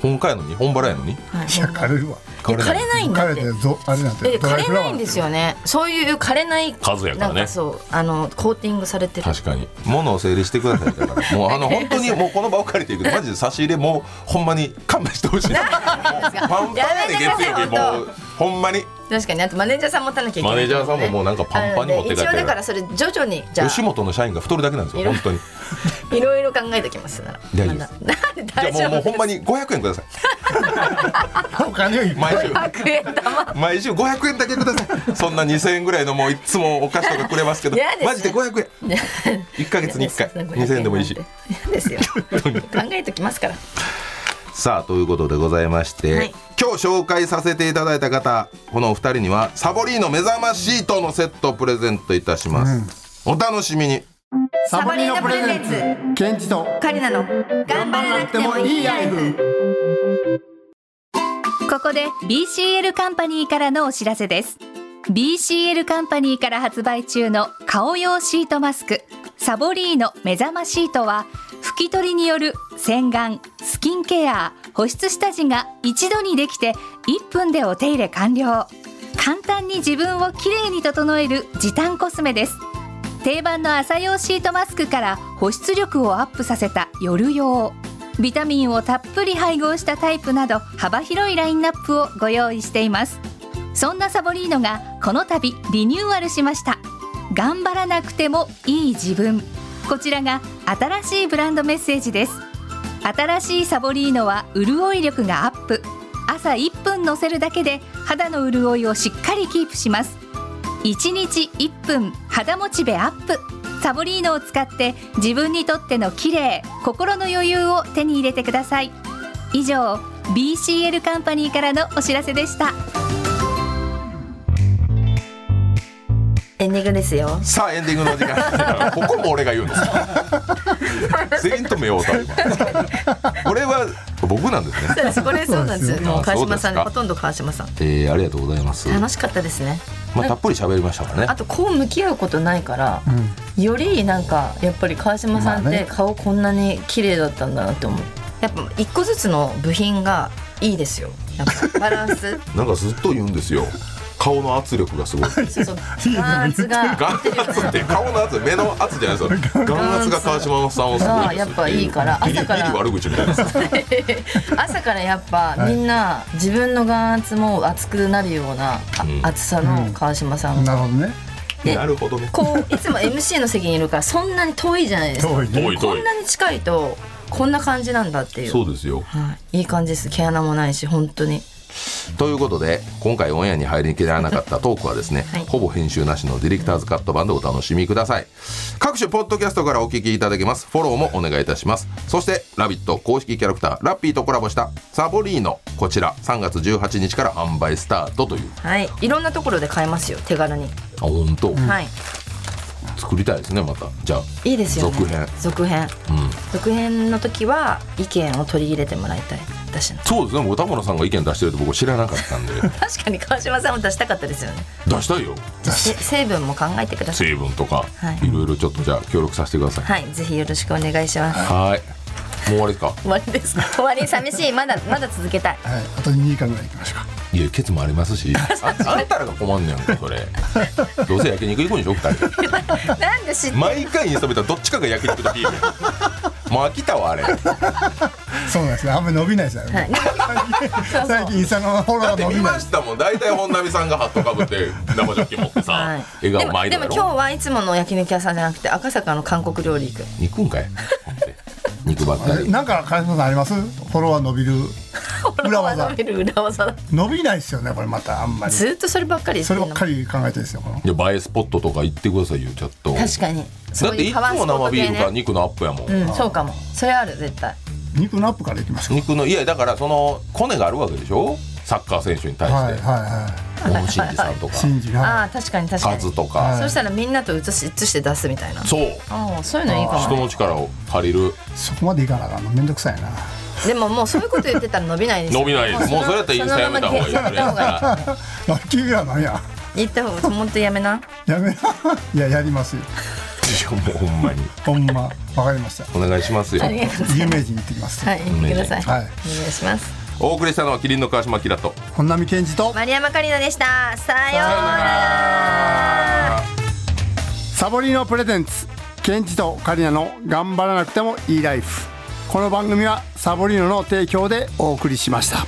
Speaker 3: 本化やのに本バラやのに
Speaker 2: はい、
Speaker 1: いや
Speaker 2: 本家
Speaker 1: 枯れるわ
Speaker 3: 枯
Speaker 2: 枯れないんだ
Speaker 1: 枯
Speaker 2: っ
Speaker 1: れ
Speaker 2: て
Speaker 1: てぞあれなんて
Speaker 2: え
Speaker 1: ド
Speaker 2: 枯
Speaker 1: ライ
Speaker 2: れ
Speaker 1: フラ
Speaker 2: な
Speaker 1: ワ
Speaker 2: い
Speaker 1: ー
Speaker 2: ん
Speaker 1: ん
Speaker 2: で
Speaker 1: です
Speaker 2: す
Speaker 1: よ
Speaker 2: よねそういう枯れない
Speaker 3: 数やからね
Speaker 2: なんかそうあのコーティングされてる
Speaker 3: 確かに物を整理してくださいだからも
Speaker 2: [laughs]
Speaker 3: うあの本当にもうこの場を借りていくマジで差し入れもうほんまに勘弁してほしい [laughs] パンパンやで
Speaker 2: やめてください
Speaker 3: 月曜日もうほんまに
Speaker 2: 確かにあとマネージャーさん持たなきゃいけない、
Speaker 3: マネージャーさんももうなんかパンパンに持って帰って
Speaker 2: あのね一応だからそれ徐々にじゃ
Speaker 3: 吉
Speaker 2: あ
Speaker 3: 本の社員が太るだけなんですよ本当に
Speaker 2: いろいろ考えておきますなら
Speaker 3: 大丈夫です
Speaker 2: まだなんで
Speaker 3: じ
Speaker 2: 大 [laughs]
Speaker 3: ゃあもうも
Speaker 2: 丈夫
Speaker 3: うほんまに500円ください
Speaker 1: お金をいっぱい
Speaker 3: 毎週
Speaker 2: 100円玉
Speaker 3: 毎週500円だけくださいそんな2000円ぐらいのもういつもお菓子とかくれますけど
Speaker 2: 嫌ですね
Speaker 3: マジで500円1か月に1回2000円でもいいし
Speaker 2: 嫌ですよ考えときますから
Speaker 3: さあということでございまして、
Speaker 2: はい
Speaker 3: 今日紹介させていただいた方このお二人にはサボリーノ目覚まシートのセットをプレゼントいたします、お楽しみに
Speaker 1: サボリーノプレ
Speaker 2: サボリ
Speaker 1: ゼ
Speaker 2: ー
Speaker 1: ンツケンチと
Speaker 2: カリナの頑張らなくてもいいライフ
Speaker 5: ここで BCL カンパニーからのお知らせです BCL カンパニーから発売中の顔用シートマスクサボリーノ目覚まシートは拭き取りによる洗顔スキンケア保湿下地が一度にできて1分でお手入れ完了簡単に自分をきれいに整える時短コスメです定番の朝用シートマスクから保湿力をアップさせた夜用ビタミンをたっぷり配合したタイプなど幅広いラインナップをご用意していますそんなサボリーノがこの度リニューアルしました頑張らなくてもいい自分こちらが新しいブランドメッセージです新しいサボリーノは潤い力がアップ朝1分のせるだけで肌の潤いをしっかりキープします1日1分肌モチベアップサボリーノを使って自分にとっての綺麗心の余裕を手に入れてください以上 BCL カンパニーからのお知らせでした
Speaker 2: エンディングですよ
Speaker 3: さあエンディングのお時間ここも俺が言うんです全員と目を合うた今これは僕なんですね、
Speaker 2: これそうなんですよもう川島さん
Speaker 3: あそうですか
Speaker 2: ほとんど川島さん
Speaker 3: えー、ありがとうございます
Speaker 2: 楽しかったですね
Speaker 3: まあたっぷり喋りましたからね
Speaker 2: あとこう向き合うことないから、よりなんかやっぱり川島さ
Speaker 1: ま
Speaker 2: んっ
Speaker 1: あ
Speaker 2: て
Speaker 1: ね
Speaker 2: 顔こんなに綺麗だったんだなって思うやっぱ一個ずつの部品がいいですよなんかバランス
Speaker 3: なんかずっと言うんですよ顔の圧力がすごい
Speaker 2: そうそうバランスが
Speaker 3: 眼圧って顔の圧目の圧じゃないですよ眼圧が川島さんをすごいです
Speaker 2: がやっぱいいから
Speaker 3: ギリ
Speaker 2: 朝から
Speaker 3: ギリ悪口みたいな
Speaker 2: 朝からやっぱみんな自分の眼圧も熱くなるようなあ
Speaker 3: うん
Speaker 2: 熱さの川島さん
Speaker 1: なるほどね
Speaker 2: で
Speaker 3: なるほど [laughs] ね
Speaker 2: こういつも MC の席にいるからそんなに遠いじゃないですか
Speaker 1: 遠いね
Speaker 3: 遠い
Speaker 2: こ
Speaker 3: 遠い
Speaker 2: んなに近いとこんな感じなんだっていう
Speaker 3: そうですよ
Speaker 2: はい、いい感じです毛穴もないし本当に
Speaker 3: ということで今回オンエアに入りきらなかったトークはですね、
Speaker 2: はい
Speaker 3: ほぼ編集なしのディレクターズカット版でお楽しみください各種ポッドキャストからお聞きいただけますフォローもお願いいたしますそして「ラビット!」公式キャラクターラッピーとコラボしたサボリーノこちら3月18日から販売スタートという
Speaker 2: はいいろんなところで買えますよ手軽に、
Speaker 3: あ本当、
Speaker 2: はい
Speaker 3: 作りたいですねまたじゃあ
Speaker 2: いいですよね
Speaker 3: 続編
Speaker 2: 続編
Speaker 3: うん
Speaker 2: 続編の時は意見を取り入れてもらいたい私の
Speaker 3: そうですねもう田村さんが意見出してると僕知らなかったんで
Speaker 2: [laughs] 確かに川島さんも出したかったですよね
Speaker 3: 出したいよ
Speaker 2: せ成分も考えてください
Speaker 3: 成分とか、
Speaker 2: はい
Speaker 3: いろいろちょっとじゃあ協力させてください
Speaker 2: はいぜひよろしくお願いします
Speaker 3: はいもう終わりですか
Speaker 2: 終わりですか終わり寂しいまだまだ続けたい
Speaker 1: はいあと2時間ぐらい行きましょうか
Speaker 3: いやケツもありますし [laughs] ああんたらが困んねやんか [laughs] それどうせ焼肉行くんでしょ2人
Speaker 2: なんで知って
Speaker 3: 毎回インスタ見たらどっちかが焼肉とビールもう飽きたわあれ
Speaker 2: [laughs]
Speaker 3: だ
Speaker 1: そうなんですねあんまり伸びないですよね、
Speaker 2: はい [laughs] そう
Speaker 1: 最近インスタのフォロ
Speaker 3: っ
Speaker 1: ワー
Speaker 3: て
Speaker 1: が伸
Speaker 3: 見
Speaker 1: びない
Speaker 3: ましたもん大体本並さんがハットかぶって生ジャッキ持って
Speaker 2: [laughs]
Speaker 3: さ、
Speaker 2: はい、で
Speaker 3: 笑顔
Speaker 2: も
Speaker 3: 毎
Speaker 2: で
Speaker 3: 度
Speaker 2: も
Speaker 3: や
Speaker 2: 今
Speaker 3: ろ
Speaker 2: 日はいつもの焼肉屋さんじゃなくて赤坂の韓国料理行く
Speaker 3: 肉んかい肉ばっかり
Speaker 1: なんか川島さんありますフォロワー伸びる裏技
Speaker 2: 見る裏技だ
Speaker 1: 伸びないですよねこれまたあんまりそ
Speaker 2: ずっとそればっかり言って
Speaker 1: れ
Speaker 2: る
Speaker 1: ば
Speaker 2: の
Speaker 1: っかり考えてるんですよこの
Speaker 3: いや映えスポットとか行ってくださいよちょっと
Speaker 2: 確かに
Speaker 3: だっていつも生ビールか
Speaker 2: ね
Speaker 3: 肉のアップやもん、
Speaker 2: うんそうかもそれある絶対
Speaker 1: 肉のアップからいきましょう
Speaker 3: 肉のいやだからそのコネがあるわけでしょサッカー選手に対
Speaker 1: はい
Speaker 3: し
Speaker 1: はい
Speaker 3: て、
Speaker 1: は
Speaker 3: 小野伸二さんと
Speaker 1: い
Speaker 3: か
Speaker 1: 信じが
Speaker 2: ああ確かに確か
Speaker 3: カ
Speaker 2: に
Speaker 3: ズと
Speaker 1: は
Speaker 3: か
Speaker 1: い
Speaker 2: そしたらみんなと写し写して出すみたいな
Speaker 3: そう
Speaker 2: ああそういうのいいか
Speaker 3: 人
Speaker 2: もね
Speaker 3: の力を借りる
Speaker 1: そこまでいかなあかんのめんどくさいな
Speaker 2: でももうそういうこと言ってたら伸びないですよ
Speaker 3: 伸びないですもうそれやったらインスタやめた方がいい
Speaker 2: そのままやめた方が
Speaker 1: ラッキーぐらいなんや
Speaker 2: いい言った方がもっとやめな
Speaker 1: やめないややりますよ
Speaker 3: [laughs] いやもうほんまに
Speaker 1: ほんまわかりました
Speaker 3: お願いしますよ
Speaker 2: ありがとうござい
Speaker 1: 有名人行ってきます、
Speaker 2: ますはい言ってくださいお
Speaker 1: は
Speaker 2: 願
Speaker 1: い
Speaker 2: いします
Speaker 3: お送りしたのはキリンの川島明と
Speaker 1: 本並健二と
Speaker 2: 丸山桂里奈でしたさようなら
Speaker 1: サボリーノプレゼンツケンジとカリナの頑張らなくてもいいライフこの番組はサボリーノの提供でお送りしました